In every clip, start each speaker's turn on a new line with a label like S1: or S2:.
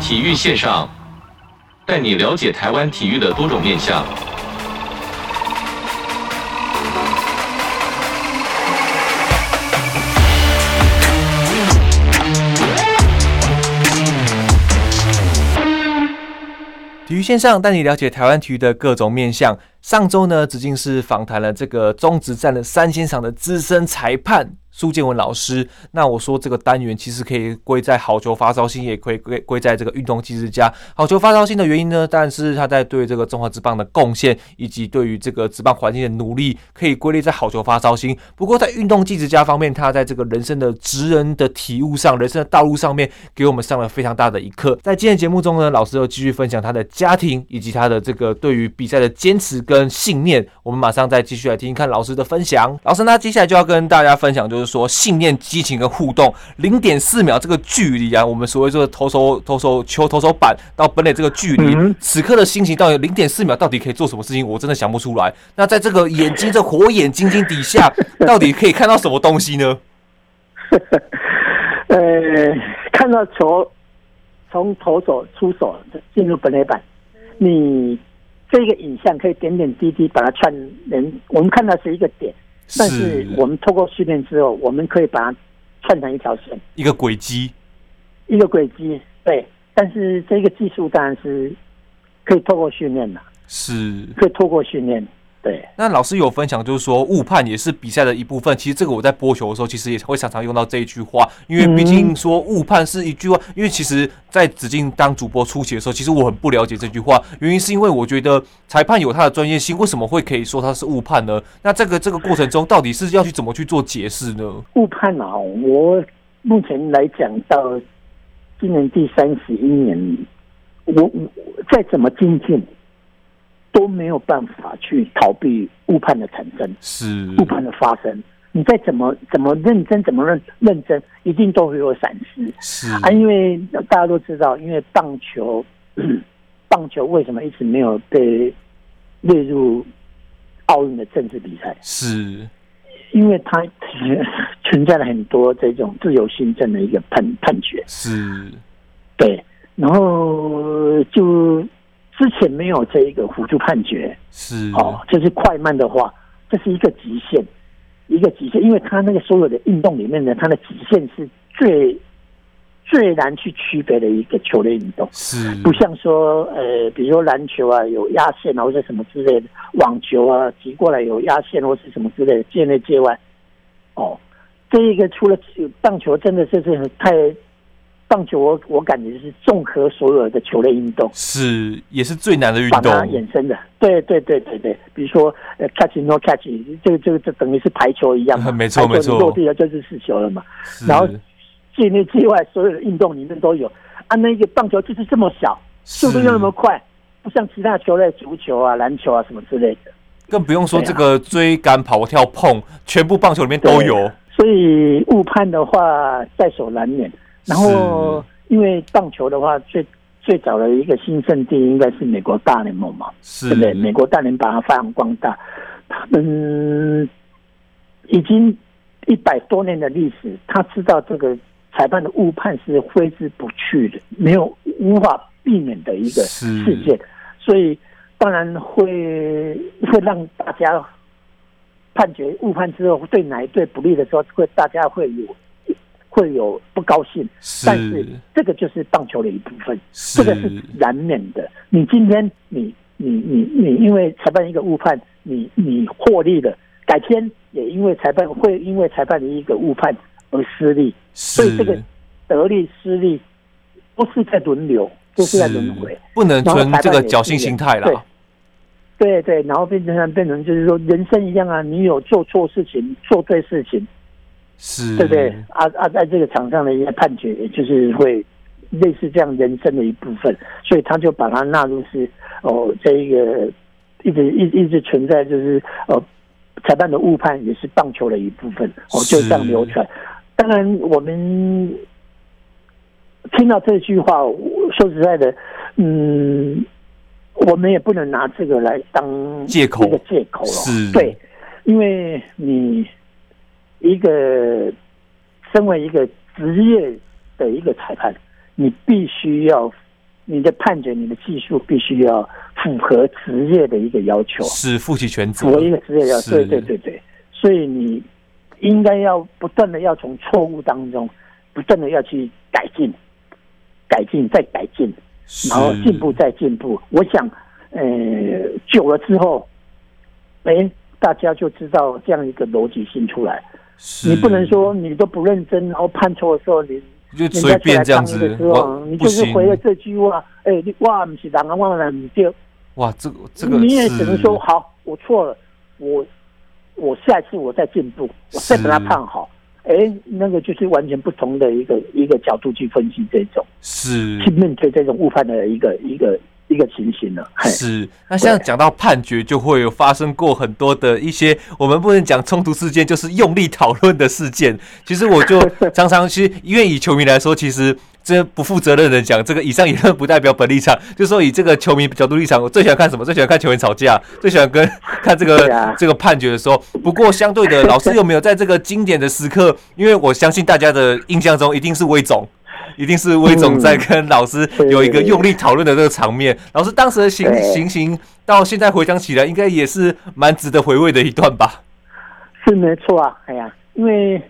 S1: 体育线上，带你了解台湾体育的多种面向。
S2: 体育线上带你了解台湾体育的各种面向。上周呢，直径是访谈了这个中职战的三仙场的资深裁判苏建文老师。那我说这个单元其实可以归在好球发烧星，也可以归归在这个运动技术家。好球发烧星的原因呢，当然是他在对这个中华职棒的贡献，以及对于这个职棒环境的努力，可以归类在好球发烧星。不过在运动技术家方面，他在这个人生的职人的体悟上，人生的道路上面，给我们上了非常大的一课。在今天的节目中呢，老师又继续分享他的家庭以及他的这个对于比赛的坚持跟信念。我们马上再继续来听听看老师的分享。老师，那接下来就要跟大家分享，就是说信念、激情跟互动，零点四秒这个距离啊，我们所谓说的投手、投手球、投手板到本垒这个距离，
S3: 嗯
S2: 此刻的心情到底零点四秒到底可以做什么事情，我真的想不出来。那在这个眼睛这火眼金睛底下，到底可以看到什么东西呢？
S3: 呃，看到球从投手出手进入本垒板，你这个影像可以点点滴滴把它串联。我们看到是一个点，但是我们透过训练之后，我们可以把它串成一条线，
S2: 一个轨迹，
S3: 一个轨迹。对，但是这个技术当然是可以透过训练的，
S2: 是
S3: 可以透过训练。对，
S2: 那老师有分享，就是说误判也是比赛的一部分。其实这个我在播球的时候，其实也会常常用到这一句话，因为毕竟说误判是一句话。因为其实，在子敬当主播初期的时候，其实我很不了解这句话，原因是因为我觉得裁判有他的专业性，为什么会可以说他是误判呢？那这个这个过程中，到底是要去怎么去做解释呢？
S3: 误判啊，我目前来讲到今年第三十一年，我我再怎么精进，都没有办法去逃避误判的产生、
S2: 是
S3: 误判的发生。你再怎么怎么认真、怎么认认真，一定都会有闪失
S2: 是
S3: 啊！因为大家都知道，因为棒球， 棒球为什么一直没有被列入奥运的政治比赛？
S2: 是
S3: 因为它存在了很多这种自由新政的一个判判决，
S2: 是
S3: 对，然后就之前没有这一个辅助判决，
S2: 是
S3: 哦，这是快慢的话，这是一个极限，一个极限，因为它那个所有的运动里面呢，它的极限是最最难去区别的一个球类运动。
S2: 是
S3: 不像说呃，比如说篮球啊，有压线啊，或者什么之类的；网球啊，挤过来有压线或是什么之类的，界内界外。哦，这一个除了棒球，真的就是很太棒球我，我感觉是综合所有的球类运动。
S2: 是也是最难的运
S3: 把它
S2: 动，，
S3: 衍生的，对对对对对，比如说呃，catch and no catch，这个这个这等于是排球一样 嘛
S2: 没错
S3: 排球
S2: 没错
S3: 你落地了就是四球了嘛。
S2: 是
S3: 然后界内界外所有的运动里面都有。啊，那个棒球就是这么小，速度又那么快，不像其他球类，足球啊、篮球啊什么之类的。
S2: 更不用说
S3: 啊
S2: 这个追赶、跑跳、碰，全部棒球里面都有。
S3: 所以误判的话在所难免。然后因为棒球的话，最最早的一个新圣地应该是美国大联盟嘛，
S2: 是
S3: 对不对？美国大联盟把它发扬光大，他们已经一百多年的历史，他知道这个裁判的误判是挥之不去的，没有无法避免的一个
S2: 是
S3: 事件，所以当然会会让大家判决误判之后对哪一队不利的时候，会大家会有会有不高兴，
S2: 是
S3: 但是这个就是棒球的一部分，
S2: 是
S3: 这个是难免的。你今天你你你你因为裁判一个误判，你你获利了，改天也因为裁判会因为裁判的一个误判而失利，所以这个
S2: 是
S3: 得利失利不是在轮流，就是在轮回
S2: 是。不能
S3: 然后
S2: 存
S3: 裁判
S2: 这个
S3: 也
S2: 侥
S3: 是
S2: 幸
S3: 一样
S2: 心态啦。
S3: 对对对，然后变成变成就是说人生一样啊，你有做错事情，做对事情，
S2: 是，
S3: 对不对？啊啊，在这个场上的一些判决，也就是会类似这样人生的一部分，所以他就把它纳入是哦，这一个一直一一直存在，就是呃，裁判的误判也是棒球的一部分，哦，
S2: 是
S3: 就这样流传。当然，我们听到这句话，我说实在的，嗯，我们也不能拿这个来当
S2: 借口
S3: 一个借口了，
S2: 是
S3: 对，因为你一个身为一个职业的一个裁判，你必须要你的判决、你的技术必须要符合职业的一个要求，
S2: 是负起全责
S3: 符。合一个职业要求。
S2: 是
S3: 对对对对，所以你应该要不断的要从错误当中，不断的要去改进，改进再改进，
S2: 是
S3: 然后进步再进步。我想，呃，久了之后，哎，大家就知道这样一个逻辑性出来。
S2: 是
S3: 你不能说你都不认真，然后判错的时候你。
S2: 就
S3: 人
S2: 随
S3: 家
S2: 便这样子
S3: 出来抗议的，时
S2: 哇
S3: 候，你
S2: 不
S3: 就是
S2: 行
S3: 回了这句话，哎、你哇，不是人啊，忘了你就，
S2: 哇，这个这个
S3: 你也
S2: 是
S3: 只能说好，我错了，我我下一次我再进步，我再把它
S2: 是
S3: 判好。哎、那个就是完全不同的一个一个角度去分析这种，
S2: 是
S3: 去面对这种误判的一个一个一个情形了。嘿
S2: 是，那像讲到判决，就会有发生过很多的一些，我们不能讲冲突事件，就是用力讨论的事件。其实我 就常常去，因为以球迷来说，其实这不负责任的讲，这个以上言论不代表本立场。就说以这个球迷角度立场，我最喜欢看什么？最喜欢看球员吵架，最喜欢 跟看这
S3: 对
S2: 个、
S3: 啊
S2: 这个判决的时候。不过相对的，老师有没有在这个经典的时刻？因为我相信大家的印象中一定是魏总。一定是魏总在
S3: 嗯
S2: 跟老师有一个
S3: 是
S2: 用力讨论的这个场面。老师当时的行
S3: 对
S2: 行行，到现在回想起来，应该也是蛮值得回味的一段吧？
S3: 是没错啊，哎呀，因为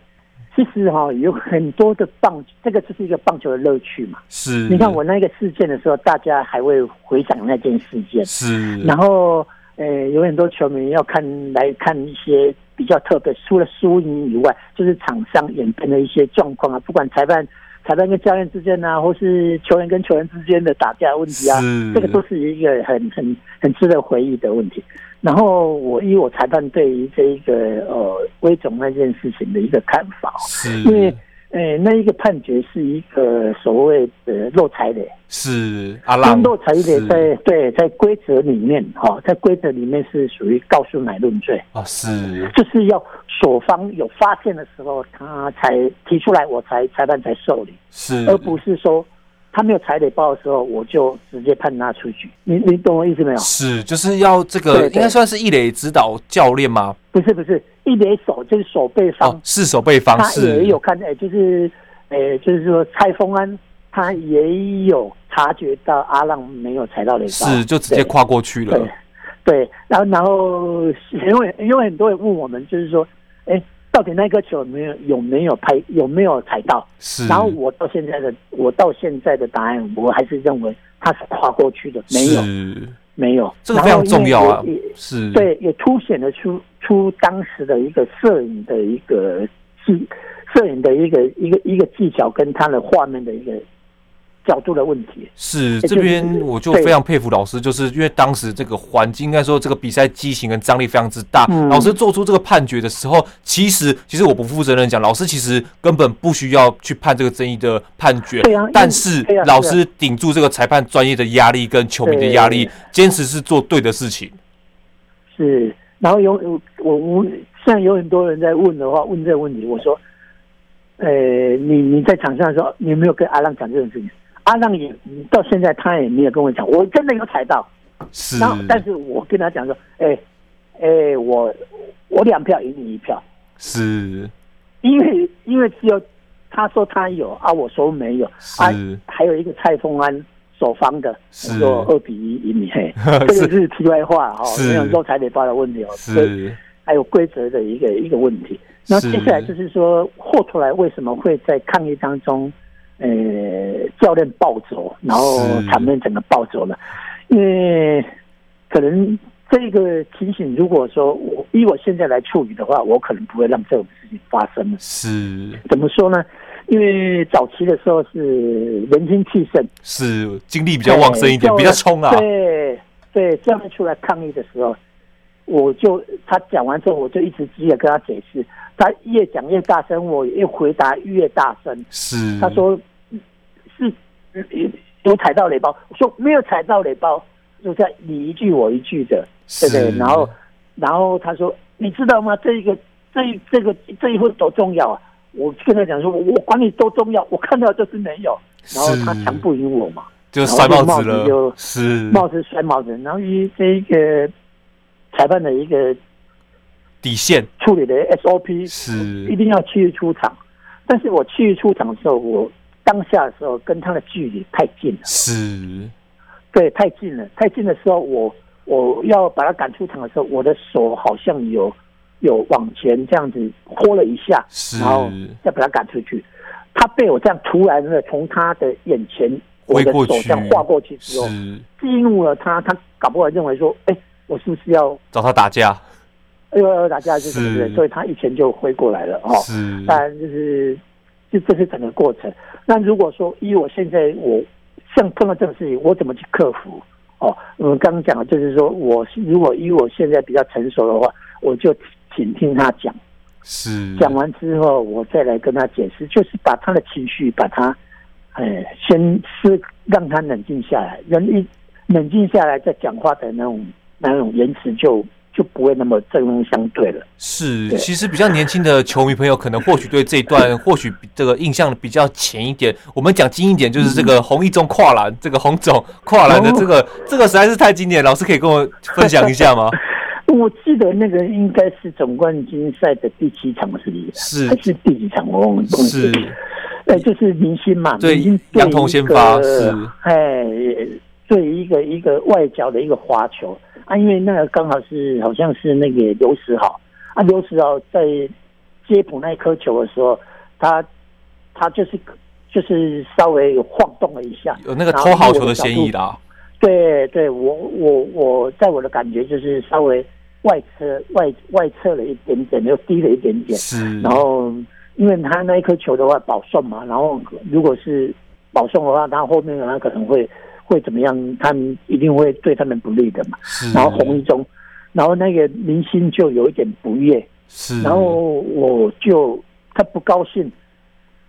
S3: 其实哈、有很多的棒，这个就是一个棒球的乐趣嘛。
S2: 是，
S3: 你看我那个事件的时候，大家还会回想那件事件，
S2: 是，
S3: 然后呃，有很多球迷要看来看一些比较特别，除了输赢以外，就是场上演变的一些状况啊，不管裁判、裁判跟教练之间啊，或是球员跟球员之间的打架问题啊
S2: 是，
S3: 这个都是一个很很很值得回忆的问题。然后我以我裁判对于这一个呃威总那件事情的一个看法哦，因为
S2: 是
S3: 呃那一个判决是一个所谓的漏裁的。
S2: 是阿
S3: 战
S2: 浪
S3: 斗裁也
S2: 是
S3: 在对在规则里面哈、哦，在规则里面是属于告诉乃论罪，
S2: 啊是
S3: 就是要所方有发现的时候，他才提出来，我才裁判才受理，
S2: 是，
S3: 而不是说他没有裁垒包的时候，我就直接判他出局。你你懂我意思没有？
S2: 是就是要这个
S3: 对对
S2: 应该算是一垒指导教练吗？
S3: 不是不是，一垒手就是守备方，
S2: 哦，是守备方
S3: 他也
S2: 是
S3: 有看，哎、就是哎、就是说蔡峰安他也有察觉到阿浪没有裁到垒包，
S2: 是就直接
S3: 对
S2: 跨过去了
S3: 对，对，然后然后因为因为很多人问我们，就是说，哎，到底那颗球有没有有没有拍有没有踩到？
S2: 是，
S3: 然后我到现在的我到现在的答案，我还是认为他是跨过去的，没有
S2: 是
S3: 没有，
S2: 这个非常
S3: 然后因
S2: 重
S3: 为
S2: 要啊
S3: 也也，
S2: 是
S3: 对，也凸显了出出当时的一个摄影的一个技，摄影的一个一个一个技巧跟他的画面的一个角度的问题。
S2: 是
S3: 哎就
S2: 这边
S3: 是
S2: 我就
S3: 对
S2: 非常佩服老师，就是因为当时这个环境，应该说这个比赛激情跟张力非常之大。
S3: 嗯
S2: 老师做出这个判决的时候，其实其实我不负责任讲，老师其实根本不需要去判这个争议的判决，
S3: 对啊因为
S2: 但是
S3: 对啊
S2: 老
S3: 是啊
S2: 师顶住这个裁判专业的压力跟球迷的压力
S3: 对，
S2: 坚持是做对的事情。
S3: 是，然后有我我现在有很多人在问的话，问这个问题，我说，呃，你你在场上的时候，你有没有跟阿浪讲这种事情？阿浪也到现在他也没有跟我讲，我真的有踩到，
S2: 是，
S3: 然后但是我跟他讲说，哎、哎、我我两票赢你一票，
S2: 是
S3: 因为因为只有他说他有啊，我说没有啊
S2: 是，
S3: 还有一个蔡峰安首方的，
S2: 是，
S3: 我说二比一赢你，嘿 这个是题外话哈，
S2: 是
S3: 没有漏裁得包的问题哦，对
S2: 是
S3: 还有规则的一个一个问题。那接下来就是说，后头来为什么会在抗议当中，呃，教练暴走，然后
S2: 是
S3: 场面整个暴走了？因为可能这个情形，如果说我以我现在来处理的话，我可能不会让这种事情发生。
S2: 是
S3: 怎么说呢？因为早期的时候是人心气盛，
S2: 是，精力比较旺盛一点，
S3: 对
S2: 比较冲啊。
S3: 对对，教练出来抗议的时候，我就他讲完之后，我就一直急着跟他解释，他越讲越大声，我越回答越大声。
S2: 是，
S3: 他说是有踩到雷包，我说没有踩到雷包，就在你一句我一句的，对不
S2: 是
S3: 对？然后然后他说你知道吗？这一个这一这个这一会多重要啊！我跟他讲说，我管你多重要，我看到就是没有。然后他
S2: 是
S3: 强不赢我嘛，
S2: 就
S3: 然后
S2: 摔
S3: 就
S2: 帽
S3: 帽
S2: 子
S3: 子
S2: 了
S3: 就，
S2: 是
S3: 帽子摔帽子，然后一这一个裁判的一个
S2: 底线
S3: 处理的 SOP
S2: 是
S3: 一定要弃于出场。但是我弃于出场的时候，我当下的时候跟他的距离太近了，
S2: 是
S3: 对，太近了，太近的时候，我我要把他赶出场的时候，我的手好像有有往前这样子拖了一下，
S2: 是
S3: 然后再把他赶出去。他被我这样突然的从他的眼前，我
S2: 挥
S3: 的
S2: 过
S3: 手
S2: 去
S3: 这样划过去之后，
S2: 是
S3: 激怒了他，他搞不好认为说，哎，我是不是要哎
S2: 找他打架，
S3: 又要打架，就是不
S2: 是
S3: 是？所以他以前就挥过来了哦。
S2: 是
S3: 当然就是这这是整个过程。那如果说以我现在我像碰到这种事情，我怎么去克服？哦，我们刚刚讲的就是说我如果以我现在比较成熟的话，我就请听他讲，
S2: 是
S3: 讲完之后我再来跟他解释，就是把他的情绪把他，呃，先是让他冷静下来，人一冷静下来再讲话的那种那种言辞就就不会那么针锋相对了。
S2: 是，
S3: 对
S2: 其实比较年轻的球迷朋友，可能或许对这一段或许比这个印象比较浅一点。我们讲经一点，就是这
S3: 嗯
S2: 个红一中跨栏，这个红总跨栏的这
S3: 哦
S2: 个这个实在是太经典。老师可以跟我分享一下 吗？
S3: 我记得那个应该是总冠军赛的第七场是不是？
S2: 是
S3: 还是第几场？我忘了。
S2: 是，
S3: 呃，就是明星嘛，
S2: 对
S3: 明星一个
S2: 洋头先发是，
S3: 哎，对一个一个外角的一个滑球啊，因为那个刚好是好像是那个刘时豪啊，刘时豪在接捕那一颗球的时候，他他就是就是稍微晃动了一下，
S2: 有那个
S3: 然后
S2: 偷好
S3: 以我
S2: 球的
S3: 角
S2: 嫌
S3: 度
S2: 疑啦。
S3: 对对，我我我在我的感觉就是稍微外侧外外侧了一点点，又低了一点点。
S2: 是，
S3: 然后因为他那一颗球的话保送嘛，然后如果是保送的话，他后面他可能会会怎么样？他们一定会对他们不利的嘛。
S2: 是，
S3: 然后红一中，然后那个明星就有一点不悦，
S2: 是，
S3: 然后我就他不高兴。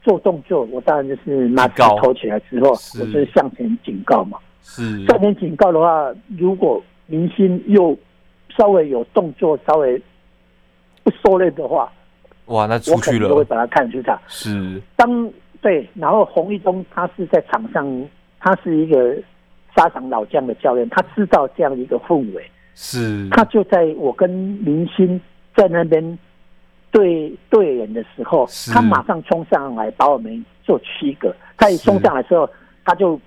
S3: 做动作，我当然就是拿
S2: 警告
S3: 球投起来之后，
S2: 是
S3: 我就是向前警告嘛。
S2: 是
S3: 少年警告的话，如果明星又稍微有动作，稍微不收敛的话，
S2: 哇，那
S3: 我
S2: 出
S3: 可
S2: 去
S3: 能就会
S2: 了，
S3: 把他看出场。
S2: 是
S3: 当对，然后洪一中他是在场上，他是一个沙场老将的教练，他知道这样的一个氛围，
S2: 是，
S3: 他就在我跟明星在那边对对眼的时候
S2: 是，
S3: 他马上冲上来把我们做七个。他一冲上来的时候，他就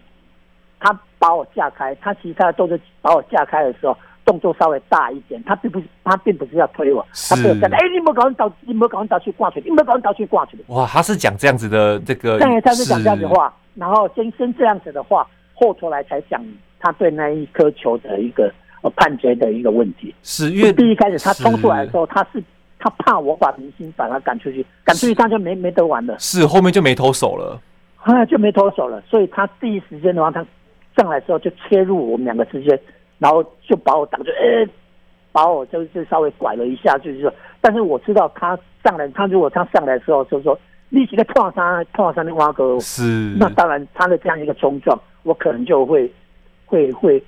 S3: 他把我架开，他其实他的动作把我架开的时候，动作稍微大一点，他并不是他并不是要推我，
S2: 是
S3: 他被我架开，哎、你没有搞人倒，你没有搞人倒去挂水，你没有搞人倒去挂水。
S2: 哇，他是讲这样子的这个，
S3: 但是他是讲这样子的话，然后先先这样子的话，后头来才讲他对那一颗球的一个呃判决的一个问题。
S2: 是，是因为
S3: 第一开始他冲出来的
S2: 是
S3: 时候，他是他怕我把明星把他赶出去，赶出去他就没没得玩了，
S2: 是后面就没投手了，
S3: 啊就没投手了，所以他第一时间的话，他上来的时候就切入我们两个之间，然后就把我挡住，呃、把我就是稍微拐了一下，就是说，但是我知道他上来，他如果他上来的时候就说你几个撞山撞山的挖沟，
S2: 是，
S3: 那当然他的这样一个冲撞，我可能就会会会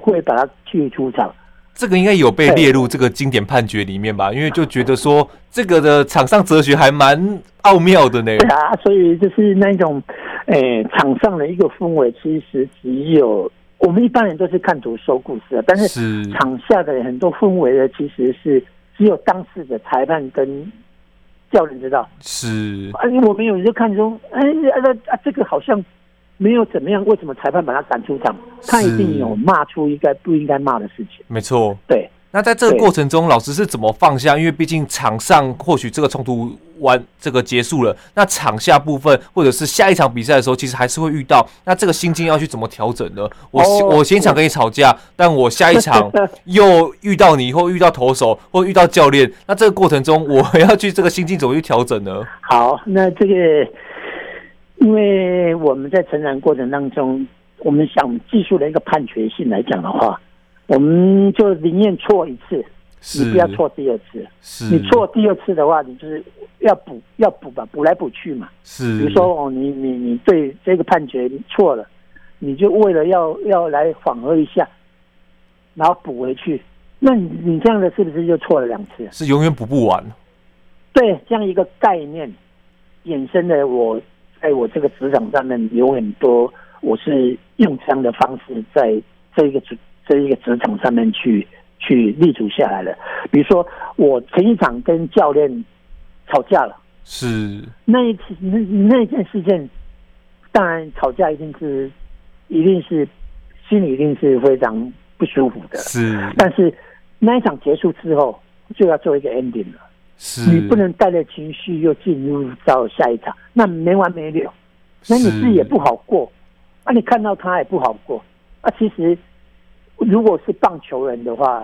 S3: 会把他踢出场。
S2: 这个应该有被列入这个经典判决里面吧？因为就觉得说这个的场上哲学还蛮奥妙的呢。
S3: 对啊，所以就是那种，诶、场上的一个氛围，其实只有我们一般人都是看图说故事啊，但是
S2: 是
S3: 场下的很多氛围呢，其实是只有当事者、裁判跟教练知道。
S2: 是
S3: 而且我们有人就看中，哎、那、啊、这个好像没有怎么样，为什么裁判把他赶出场？他一定有骂出应该不应该骂的事情。
S2: 没错。
S3: 对，
S2: 那在这个
S3: 对
S2: 过程中，老师是怎么放下？因为毕竟场上或许这个冲突完这个结束了，那场下部分或者是下一场比赛的时候，其实还是会遇到。那这个心境要去怎么调整呢？我、
S3: 哦
S2: 我前一场跟你吵架，但我下一 场又遇到你，或遇到投手，或遇到教练，那这个过程中我要去这个心境怎么去调整呢？
S3: 好，那这个，因为我们在成长过程当中，我们想技术的一个判决性来讲的话，我们就宁愿错一次，
S2: 是
S3: 你不要错第二次。
S2: 是
S3: 你错第二次的话，你就是要补要补吧，补来补去嘛。
S2: 是，
S3: 比如说哦，你你你对这个判决你错了，你就为了要要来缓和一下，然后补回去，那你你这样的是不是就错了两次？
S2: 是永远补不完。
S3: 对这样一个概念，衍生的我在我这个职场上面有很多，我是用这样的方式在这一个职这一个职场上面去去立足下来了。比如说，我前一场跟教练吵架了，
S2: 是
S3: 那一次那那一件事件，当然吵架一定是一定是心里一定是非常不舒服的。
S2: 是
S3: 但是那一场结束之后，就要做一个 ending 了。
S2: 是，
S3: 你不能带着情绪又进入到下一场，那没完没了，那你
S2: 是
S3: 自己也不好过，啊，你看到他也不好过，啊，其实如果是棒球人的话，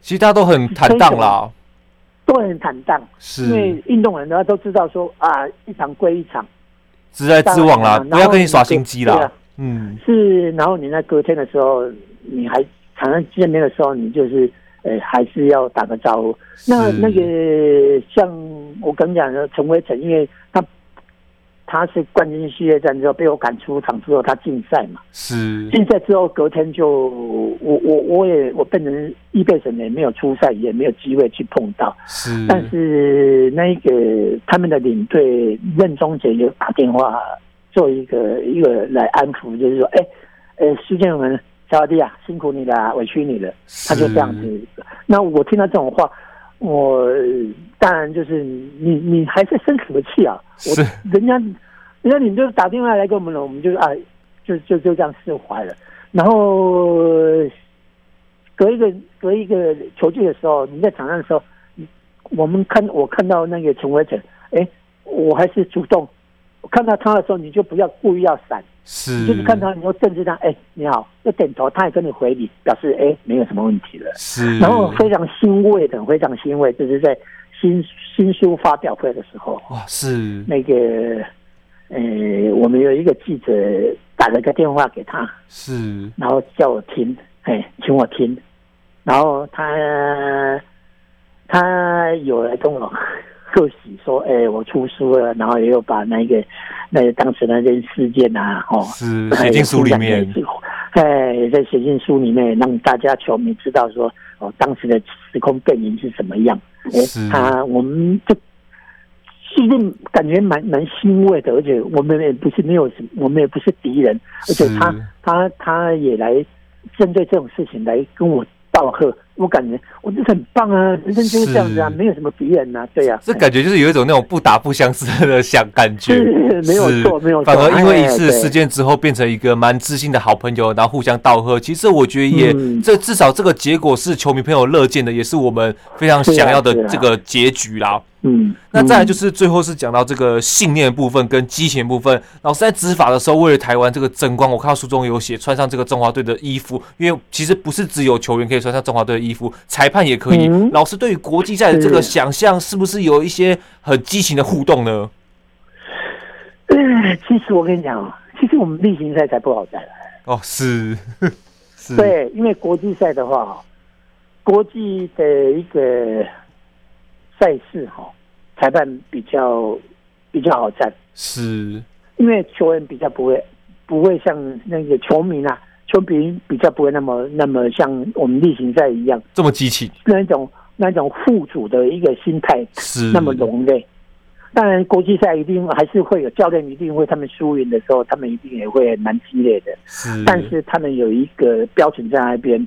S2: 其实大家都很坦荡啦，
S3: 都很坦荡，因
S2: 是
S3: 为运动人的话都知道说啊，一场归一场，
S2: 直来直往啦，
S3: 当然
S2: 不要跟你耍心机
S3: 然后
S2: 啦
S3: 你。啊
S2: 嗯，
S3: 是，然后你在隔天的时候，你还常常见面的时候，你就是呃，还是要打个招呼。那
S2: 是
S3: 那个像我刚讲的陈威成，因为他他是冠军系列战之后被我赶出场之后，他禁赛嘛，
S2: 是
S3: 禁赛之后隔天就我我我也我变成预备神也没有出赛，也没有机会去碰到。
S2: 是，
S3: 但是那个他们的领队任忠杰有打电话做一个一个来安抚，就是说，哎，呃，苏建文小老弟啊，辛苦你了，委屈你了，他就这样子。那我听到这种话，我呃当然就是你你还是生什么气啊？我
S2: 是
S3: 人家人家领队打电话来给我们了，我们就啊，就就就这样释怀了。然后隔一个隔一个球季的时候，你在场上的时候，我们看我看到那个陈伟成，哎，我还是主动，我看到他的时候，你就不要故意要闪，
S2: 是，
S3: 你就是看他，你就正视他，哎，你好，就点头，他也跟你回礼，表示哎没有什么问题了。
S2: 是，
S3: 然后非常欣慰的，非常欣慰，就是在新新书发表会的时候，
S2: 哇是
S3: 那个呃，我们有一个记者打了个电话给他，
S2: 是
S3: 然后叫我听，哎，请我听，然后他他有来跟我贺喜说，哎，我出书了，然后也有把那个那个当时那件事件啊，哦，
S2: 是写进书里面，
S3: 哎，也在写进书里面让大家球迷知道说，哦，当时的时空背景是什么样。哎
S2: 是，
S3: 他我们这其实感觉蛮蛮欣慰的，而且我们也不是没有什么，我们也不是敌人，而且他
S2: 是
S3: 他他也来针对这种事情来跟我道贺，我感觉我这很棒啊，人生就是这样子啊，
S2: 是
S3: 没有什么敌人啊，对呀、啊，
S2: 这感觉就是有一种那种不打不相识的想感觉，
S3: 是 没有错
S2: 是
S3: 没有错
S2: 反而因为一次
S3: 哎对
S2: 事件之后，变成一个蛮知心的好朋友，然后互相道贺。其实我觉得也，
S3: 嗯
S2: 这至少这个结果是球迷朋友乐见的，也是我们非常想要的
S3: 是啊是啊
S2: 这个结局啦。
S3: 嗯，
S2: 那再来就是是最后是讲到这个信念的部分跟激情的部分。老师在执法的时候，为了台湾这个争光，我看到书中有写穿上这个中华队的衣服，因为其实不是只有球员可以穿上中华队的衣服，裁判也可以。
S3: 嗯
S2: 老师对于国际赛的这个
S3: 是
S2: 想象，是不是有一些很激情的互动呢？
S3: 嗯其实我跟你讲，啊其实我们例行赛啊才不好带来。
S2: 哦，是是，
S3: 对，因为国际赛的话，国际的一个赛事哈，裁判比较比较好站，
S2: 是
S3: 因为球员比较不会不会像那个球迷啊，球迷比较不会那么那么像我们例行赛一样
S2: 这么激情，
S3: 那一种那一种护主的一个心态
S2: 是
S3: 那么浓烈。当然，国际赛一定还是会有教练一定会，他们输赢的时候，他们一定也会蛮激烈的。
S2: 是，
S3: 但是他们有一个标准在那边，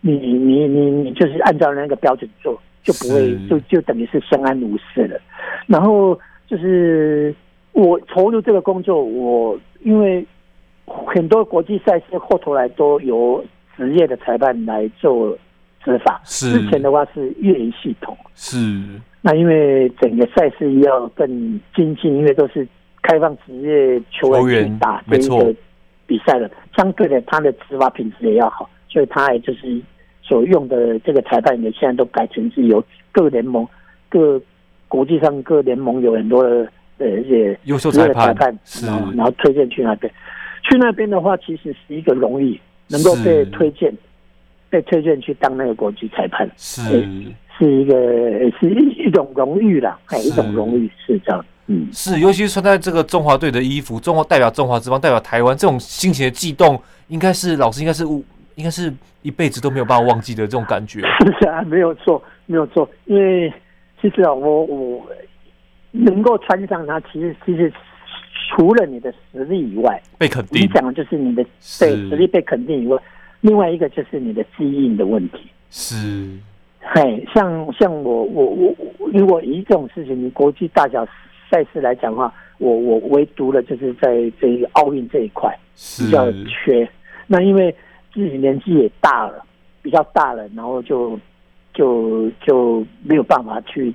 S3: 你你你你就是按照那个标准做，就不会
S2: 是
S3: 就就等于是相安无事了。然后就是我投入这个工作，我因为很多国际赛事后头来都由职业的裁判来做执法，
S2: 是
S3: 之前的话是业余系统。
S2: 是
S3: 那因为整个赛事要更精进，因为都是开放职业球
S2: 球
S3: 员
S2: 员
S3: 去打
S2: 没
S3: 这一
S2: 错
S3: 个比赛了，相对的他的执法品质也要好，所以他也就是所用的这个裁判也现在都改成是由各联盟、各国际上各联盟有很多的呃这些
S2: 优秀
S3: 职业
S2: 裁
S3: 的裁
S2: 判
S3: 判，
S2: 是
S3: 然后然后推荐去那边，去那边的话其实是一个荣誉，能够被
S2: 是
S3: 推荐被推荐去当那个国际裁判。
S2: 是。
S3: 是一个是一一种荣誉啦，哎，
S2: 是
S3: 一种荣誉是这样，嗯，
S2: 是，尤其是穿在这个中华队的衣服，中华代表中华之邦，代表台湾，这种心情的悸动，应该是老师应该是无应该是一辈子都没有办法忘记的这种感觉。
S3: 是啊，没有错，没有错，因为其实啊，我我能够穿上它，其实其实除了你的实力以外，
S2: 被肯
S3: 你
S2: 定
S3: 讲的就是你的
S2: 是
S3: 对实力被肯定以外，另外一个就是你的基因的问题。哎
S2: 是
S3: 嘿，像像我我我，我如果以这种事情，你国际大小赛事来讲的话，我我唯独的就是在这一个奥运这一块比
S2: 是
S3: 较缺。那因为自己年纪也大了，比较大了，然后就就就没有办法去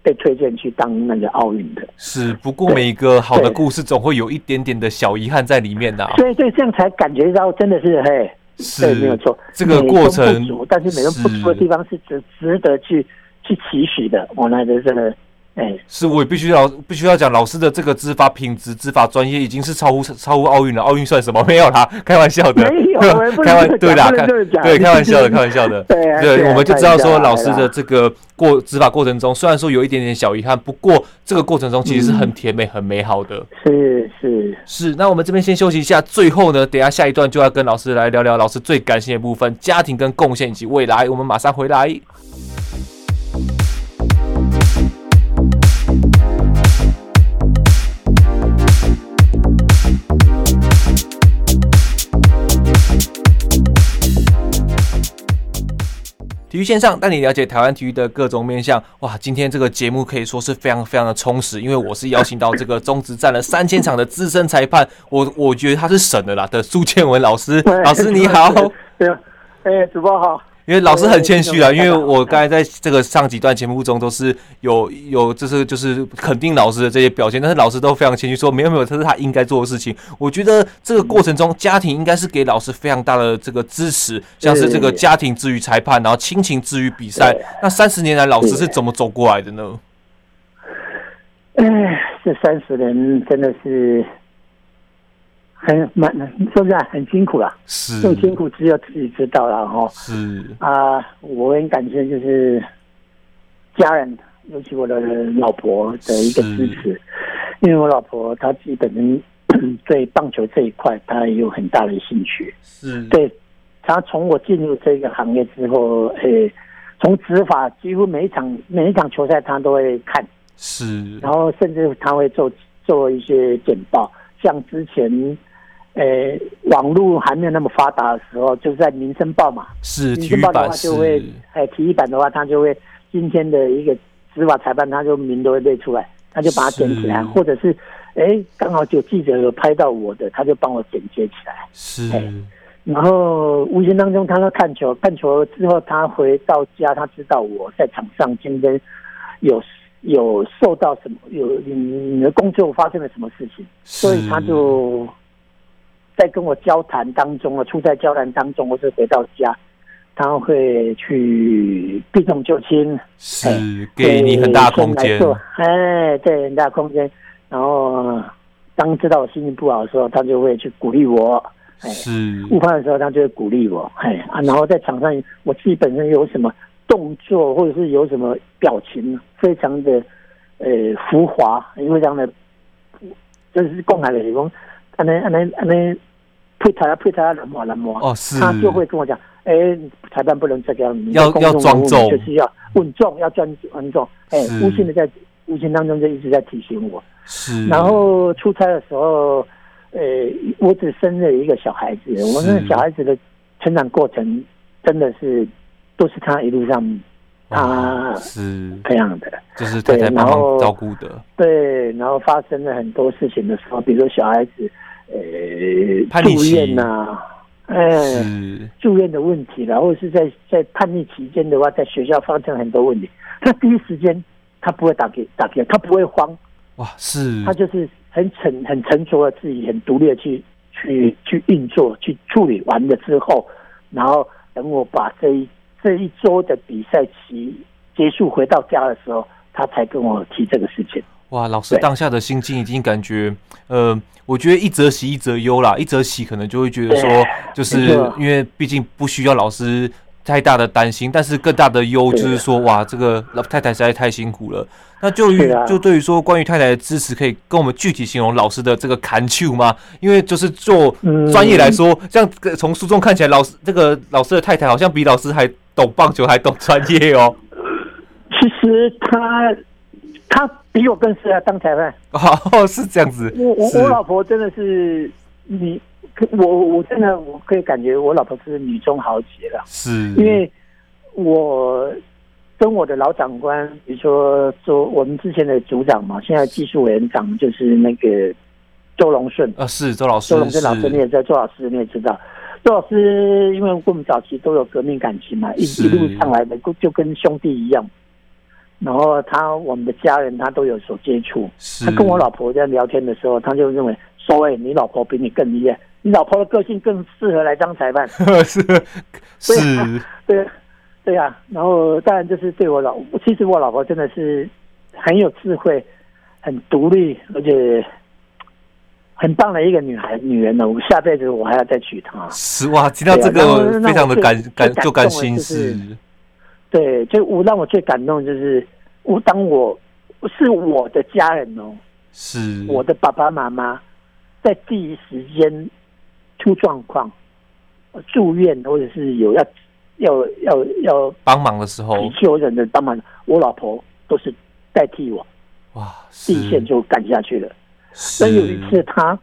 S3: 被推荐去当那个奥运的。
S2: 是，不过每个好的
S3: 对
S2: 故事总会有一点点的小遗憾在里面呐、啊
S3: 所以对这样才感觉到真的是嘿，对，
S2: 是，
S3: 没有错。
S2: 这个
S3: 每
S2: 过
S3: 个人
S2: 程
S3: 不足，但是每个人不足的地方是值值得去去期许的。我那个真的，哎，
S2: 是我也必须要必须要讲老师的这个执法品质、执法专业已经是超乎超乎奥运了。奥运算什么？没有啦， 开玩笑的，
S3: 没有我们 不能
S2: 开玩
S3: 这么讲
S2: 对啦，
S3: 不能
S2: 开
S3: 这么讲
S2: 对开玩笑的，开玩笑的。
S3: 对啊对
S2: 对，
S3: 啊
S2: 我们就知道说
S3: 开玩笑啦
S2: 老师的这个过执法过程中，虽然说有一点点小遗憾，不过这个过程中其实是很甜美、很美好
S3: 嗯
S2: 的。
S3: 是是，
S2: 是，那我们这边先休息一下，最后呢，等一下下一段就要跟老师来聊聊老师最感性的部分，家庭跟贡献以及未来。我们马上回来。体育线上带你了解台湾体育的各种面向。哇，今天这个节目可以说是非常非常的充实，因为我是邀请到这个中职站了三千场的资深裁判，我我觉得他是神的啦的苏建文老师，老师你好。
S3: 对，哎，主播好。
S2: 因为老师很谦虚啊，
S3: 对
S2: 因为我刚才在这个上几段节目中都是有有，就是就是肯定老师的这些表现，但是老师都非常谦虚，说没有没有，这是他应该做的事情。我觉得这个过程中，家庭应该是给老师非常大的这个支持，像是这个家庭之于裁判，然后亲情之于比赛
S3: 对。
S2: 那三十年来，老师是怎么走过来的呢？
S3: 哎，这三十年真的是很蛮，说实在很辛苦啦。
S2: 是
S3: 这种辛苦只有自己知道了哈。
S2: 是
S3: 啊，我很感谢就是家人，尤其我的老婆的一个支持，因为我老婆她自己本身 对棒球这一块她也有很大的兴趣。
S2: 嗯是，
S3: 对，她从我进入这个行业之后，诶，从执法几乎每一场每一场球赛她都会看，
S2: 是
S3: 然后甚至她会做做一些简报，像之前。诶，网络还没有那么发达的时候，就是在《民生报》嘛，
S2: 是
S3: 民
S2: 体
S3: 生
S2: 育
S3: 报的
S2: 版
S3: 话
S2: 是
S3: 就会，哎，体育版的话，他就会今天的一个执法裁判，他就名都会列出来，他就把它捡起来，
S2: 是
S3: 或者是，哎，刚好有记者有拍到我的，他就帮我剪接起来。
S2: 是
S3: 哎然后无形当中，他在看球，看球之后，他回到家，他知道我在场上今天有有受到什么，有你你的工作发生了什么事情，所以他就在跟我交谈当中啊，处在交谈当中，或是回到家，他会去避重就轻，
S2: 是给你很大的空
S3: 哎
S2: 间
S3: 对先来，做哎，对，很大空间。然后当知道我心情不好的时候，他就会去鼓励我。哎，
S2: 是
S3: 误判的时候，他就会鼓励我。哎啊，然后在场上，我自己本身有什么动作，或者是有什么表情，非常的呃浮华，非常的，就是讲下来就是讲，安尼安尼安尼，配他配他冷漠冷漠。
S2: 哦是，
S3: 他就会跟我讲，哎、裁判不能这个样，你的
S2: 要
S3: 公
S2: 要
S3: 众
S2: 庄
S3: 人物
S2: 重
S3: 就是要稳重，要庄稳重。哎、
S2: 是
S3: 无形的在无形当中就一直在提醒我。
S2: 是，
S3: 然后出差的时候，呃，我只生了一个小孩子，我那
S2: 是
S3: 个小孩子的成长过程真的是都是他一路上
S2: 哇
S3: 他
S2: 是
S3: 培养的。
S2: 就是太太
S3: 啊对
S2: 帮
S3: 然后
S2: 忙照顾的，
S3: 对，然后发生了很多事情的时候，比如说小孩子，呃，
S2: 叛逆
S3: 住
S2: 期
S3: 院呐、哎、
S2: 是
S3: 住院的问题啦，或者是在在叛逆期间的话，在学校发生很多问题，他第一时间他不会打给打给，他不会慌，
S2: 哇是
S3: 他就是很沉很沉着的自己，很独立的去去去运作，去处理完了之后，然后等我把这一这一周的比赛期结束回到家的时候，他才跟我提这个事情。
S2: 哇老师
S3: 对
S2: 当下的心境已经感觉，呃，我觉得一则喜一则忧啦，一则喜可能就会觉得说
S3: 对，
S2: 就是
S3: 没错
S2: 因为毕竟不需要老师。太大的担心，但是更大的忧就
S3: 对
S2: 是说，哇，这个老太太实在太辛苦了。那就于
S3: 是啊
S2: 就对于说关于太太的支持，可以跟我们具体形容老师的这个砍球吗？因为就是做
S3: 嗯
S2: 专业来说，像这个从书中看起来，老师这个老师的太太好像比老师还懂棒球，还懂专业哦。
S3: 其实他他比我更适合当裁判。
S2: 哦，是这样子，
S3: 我我
S2: 是
S3: 我老婆真的是你，可我我真的我
S2: 嗯
S3: 可以感觉我老婆是女中豪杰了，
S2: 是，
S3: 因为我跟我的老长官，比如说周，我们之前的组长嘛，现在技术委员长就是那个周龙顺，
S2: 呃，是周老师，
S3: 周龙顺老师
S2: 是
S3: 你也知道，周老师你也知道，周老师因为我们早期都有革命感情嘛，一
S2: 是
S3: 一路上来的就跟兄弟一样，然后他我们的家人他都有所接触，
S2: 是
S3: 他跟我老婆在聊天的时候，他就认为说，哎，你老婆比你更厉害，你老婆的个性更适合来当裁判，
S2: 是
S3: 对啊
S2: 是
S3: 对，对啊，然后当然就是对我老，其实我老婆真的是很有智慧、很独立，而且很棒的一个女孩女人呢。我下辈子我还要再娶她。
S2: 是哇，听到
S3: 对啊
S2: 这
S3: 然后
S2: 个
S3: 让
S2: 非常的
S3: 我最
S2: 感
S3: 最
S2: 感
S3: 感
S2: 就感
S3: 动的
S2: 心
S3: 就
S2: 事
S3: 是，对，就我让我最感动就是，我当我是我的家人哦，
S2: 是
S3: 我的爸爸妈妈在第一时间出状况、呃住院或者是有要要要要
S2: 帮忙的时候
S3: 急救人的帮忙，我老婆都是代替我
S2: 哇，是
S3: 第一线就赶下去了。
S2: 是
S3: 但有一次她，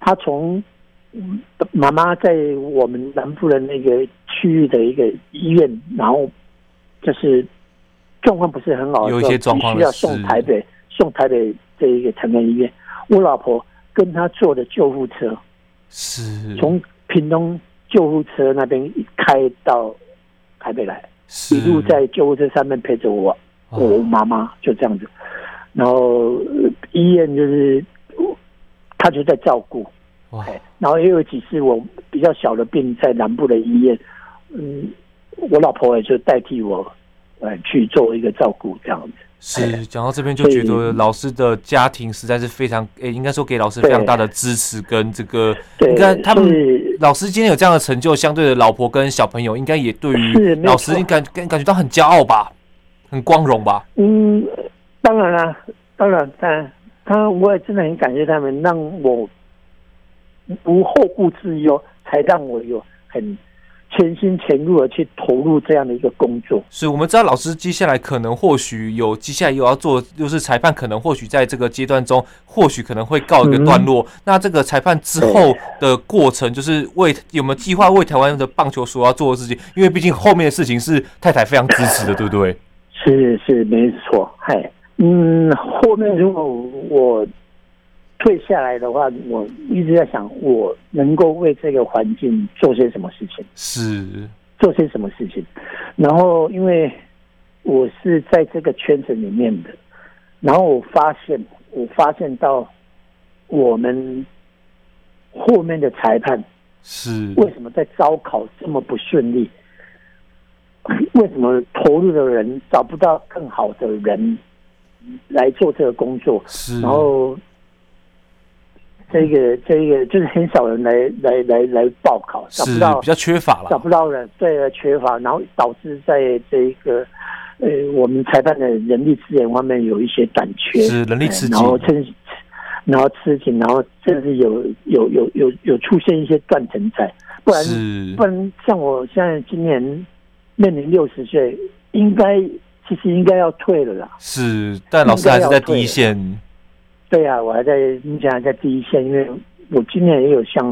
S3: 她从嗯妈妈在我们南部的那个区域的一个医院，然后就是状况不是很好的时
S2: 有
S3: 候，
S2: 一些状况
S3: 必须要
S2: 了是
S3: 送台北，送台北这一个长庚医院。我老婆跟她坐的救护车，
S2: 是
S3: 从屏东救护车那边一开到台北来。
S2: 是
S3: 一路在救护车上面陪着我，
S2: 哇
S3: 我妈妈就这样子，然后呃医院就是他就在照顾，
S2: 哇
S3: 哎，然后也有几次我比较小的病在南部的医院，嗯，我老婆也就代替我，呃，去做一个照顾这样子。
S2: 是讲到这边就
S3: 哎所
S2: 觉
S3: 以
S2: 得老师的家庭实在是非常诶、应该说给老师非
S3: 对
S2: 常大的支持跟这个，
S3: 对
S2: 应该他
S3: 所
S2: 们
S3: 以
S2: 老师今天有这样的成就，相对的老婆跟小朋友应该也对于
S3: 是没有
S2: 老师
S3: 错
S2: 应该感感觉到很骄傲吧，很光荣吧，
S3: 嗯，当然啦、当然，当然，他我也真的很感谢他们，让我无后顾之忧，才让我有很全心全入的去投入这样的一个工作。
S2: 是我们知道老师接下来可能或许有接下来又要做，就是裁判可能或许在这个阶段中，或许可能会告一个
S3: 嗯
S2: 段落。那这个裁判之后的过程，就是为有没有计划为台湾的棒球所要做的事情？因为毕竟后面的事情是太太非常支持的，对不对？
S3: 是是，没错。嗨，嗯，后面如果我退下来的话，我一直在想，我能够为这个环境做些什么事情。
S2: 是
S3: 做些什么事情。然后因为我是在这个圈子里面的，然后我发现，我发现到我们后面的裁判
S2: 嗯是
S3: 为什么在招考这么不顺利？ 为什么投入的人找不到更好的人来做这个工作？
S2: 是
S3: 然后这个这个就是很少人来来来来报考，找
S2: 是
S3: 不到
S2: 比较缺乏
S3: 找
S2: 了，
S3: 不到人，对了缺乏，然后导致在这一个呃我们裁判的人力资源方面有一些短缺，
S2: 是人力吃紧
S3: 然，后趁然后吃紧，然后甚至有有有有有出现一些断层在，不然
S2: 是
S3: 不然像我现在今年面临六十岁，应该其实应该要退了啦。
S2: 是，但老师还是在第一线，
S3: 对啊，我还在目前还在第一线，因为我今年也有向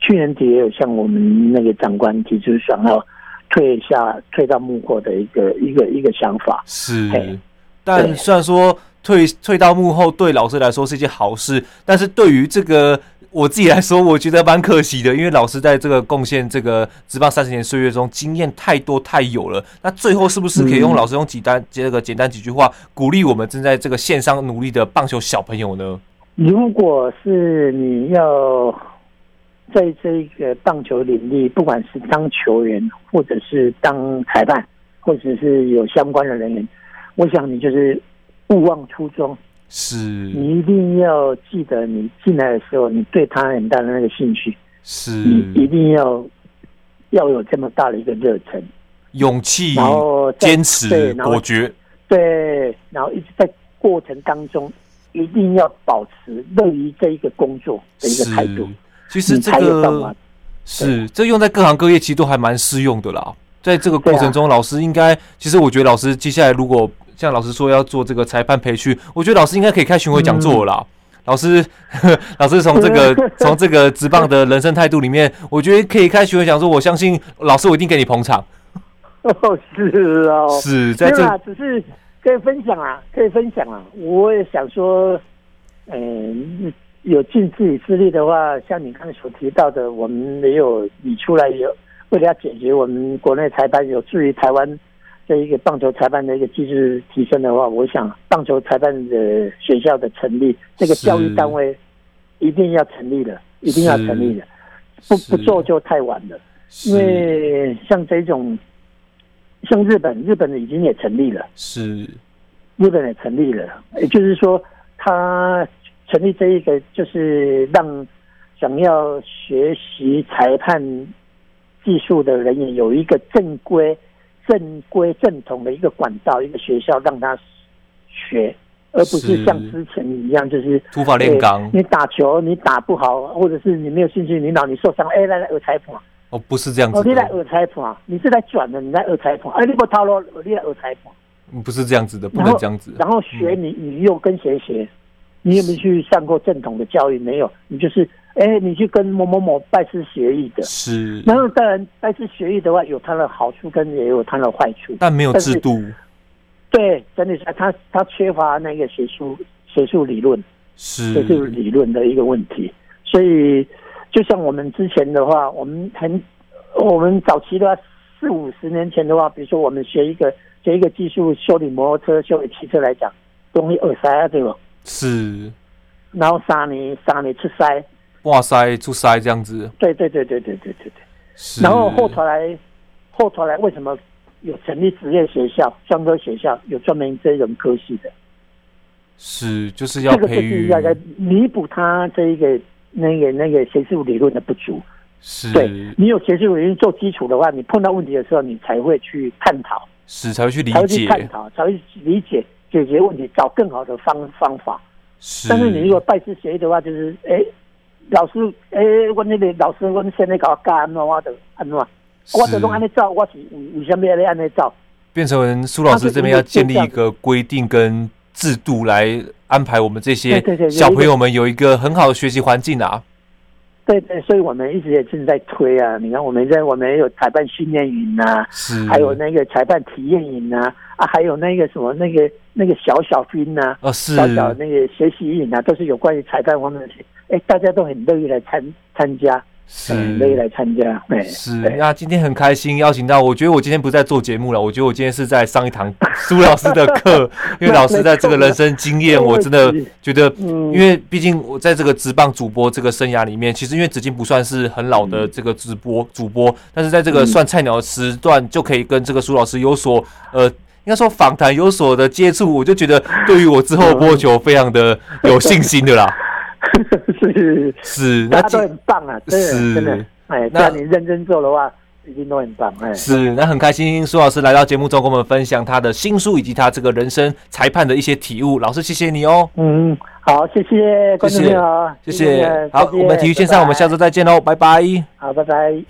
S3: 去年底也有向我们那个长官提出想要退下退到幕后的一个一个一个想法。
S2: 是
S3: 嘿，
S2: 但
S3: 对
S2: 虽然说退退到幕后对老师来说是一件好事，但是对于这个我自己来说，我觉得蛮可惜的，因为老师在这个贡献这个职棒三十年岁月中，经验太多太有了。那最后是不是可以用
S3: 嗯
S2: 老师用几单这个简单几句话鼓励我们正在这个线上努力的棒球小朋友呢？
S3: 如果是你要呃在这个棒球领域，不管是当球员，或者是当裁判，或者是有相关的人员，我想你就是勿忘初衷，
S2: 是
S3: 你一定要记得你进来的时候，你对他很大的那个兴趣。你一
S2: 是
S3: 定要要有这么大的一个热忱，
S2: 勇气
S3: 然、后在
S2: 坚持、
S3: 对，然后
S2: 果决，
S3: 对，然后一直在过程当中，一定要保持乐于这一个工作的一个态度，
S2: 其实
S3: 你
S2: 这
S3: 才有办
S2: 个
S3: 法啊
S2: 是这用在各行各业其实都还蛮适用的啦。在这个过程
S3: 啊
S2: 中，老师应该，其实我觉得老师接下来如果像老师说要做这个裁判培训，我觉得老师应该可以开巡回讲座了
S3: 嗯
S2: 啦。老师， 老师从这 个从这个职棒的人生态度里面，我觉得可以开巡回讲座。我相信老师，我一定给你捧场。
S3: 哦，是哦，
S2: 是
S3: 没
S2: 在
S3: 有
S2: 这
S3: 啦，只是可以分享啊，可以分享啊。我也想说，嗯、有尽自己之力的话，像你刚才所提到的，我们也有理出来有，为了要解决我们国内裁判有助于台湾这一个棒球裁判的一个机制提升的话，我想棒球裁判的学校的成立，这个
S2: 是
S3: 教育单位一定要成立的，一定要成立的，不不
S2: 是
S3: 做就太晚了。因
S2: 是
S3: 为像这种，像日本，日本已经也成立了，
S2: 是
S3: 日本也成立了，也就是说，他成立这一个就是让想要学习裁判技术的人也有一个正规、正规正统的一个管道，一个学校让他学，而不是
S2: 是
S3: 像之前一样就是哎
S2: 土法炼钢
S3: 对你打球你打不好，或者是你没有兴趣，你脑你受伤，哎，来来有裁判。
S2: 哦，不是这样
S3: 哦，
S2: 子
S3: 你来
S2: 的，
S3: 二裁判，你是来转的，你来二裁判，哎、啊，你不套路，你来二裁判，
S2: 不是这样子的，不
S3: 然
S2: 能
S3: 后
S2: 这样子。嗯
S3: 然后学你，你又跟谁学？你有没有去上过正统的教育？没有，你就是，哎、你去跟某某某拜师学艺的。
S2: 是，
S3: 然后当然，拜师学艺的话，有它的好处跟也有它的坏处。
S2: 但没有
S3: 但是
S2: 制度，
S3: 对，整体上，它它缺乏那个学术学术理论。这就是
S2: 是
S3: 理论的一个问题。所以，就像我们之前的话，我们很，我们早期的话，四五十年前的话，比如说我们学一个学一个技术，修理摩托车、修理汽车来讲，容易耳塞啊，对吧？
S2: 是，
S3: 然后杀你杀你出塞，
S2: 哇塞，出塞这样子。
S3: 对对对对对对对对。
S2: 是，
S3: 然后后头来，后头来为什么有成立职业学校、专科学校，有专门这种科系的？
S2: 是就是要
S3: 这个就
S2: 培
S3: 是
S2: 育，
S3: 要来弥补他这一个那个那个学术理论的不足。对
S2: 是
S3: 你有学术原因做基础的话，你碰到问题的时候，你才会去探讨，
S2: 是才会去理
S3: 才会去
S2: 解，
S3: 探讨，才会去理解解决问题，找更好的方方法。
S2: 是，
S3: 但是你如果拜师学艺的话，就是哎、老师哎、我那个老师，我现在搞教安怎，我就安怎，我就是拢安尼走，我是为为什么要安尼走？
S2: 变成苏老师这边要建立一个规定跟制度来安排我们这些
S3: 对对对有一个
S2: 小朋友们有一个很好的学习环境啊。
S3: 对对，所以我们一直也正在推啊。你看，我们在我们也有裁判训练营呐、
S2: 是，
S3: 还有那个裁判体验营呐、啊，还有那个什么那个那个小小兵啊呐、
S2: 哦是
S3: 小小那个学习营啊，都是有关于裁判方面的事。哎，大家都很乐意来参参加，很乐意
S2: 是。
S3: 来参加。哎，
S2: 是，
S3: 对
S2: 那今天很开心邀请到，我觉得我今天不是在做节目了，我觉得我今天是在上一堂苏老师的课，因为老师在这个人生经验，我真的觉得，因为毕竟我在这个职棒主播这个生涯里面，其实因为紫金不算是很老的这个直播主播，但是在这个算菜鸟的时段，就可以跟这个苏老师有所呃。应该说访谈有所的接触，我就觉得对于我之后播球非常的有信心的啦。
S3: 是
S2: 是，那
S3: 大家
S2: 今
S3: 都很棒 啊，真
S2: 是
S3: 的真的。哎，只
S2: 那
S3: 要你认真做的话，一定都很棒。哎，
S2: 是，那很开心苏老师来到节目中跟我们分享他的新书以及他这个人生裁判的一些体悟。老师，谢谢你哦，
S3: 嗯，好，谢谢观众朋友，
S2: 谢谢。
S3: 你
S2: 好，我们体育线上，我们下
S3: 拜
S2: 周再见喽，拜拜。
S3: 拜好，拜拜。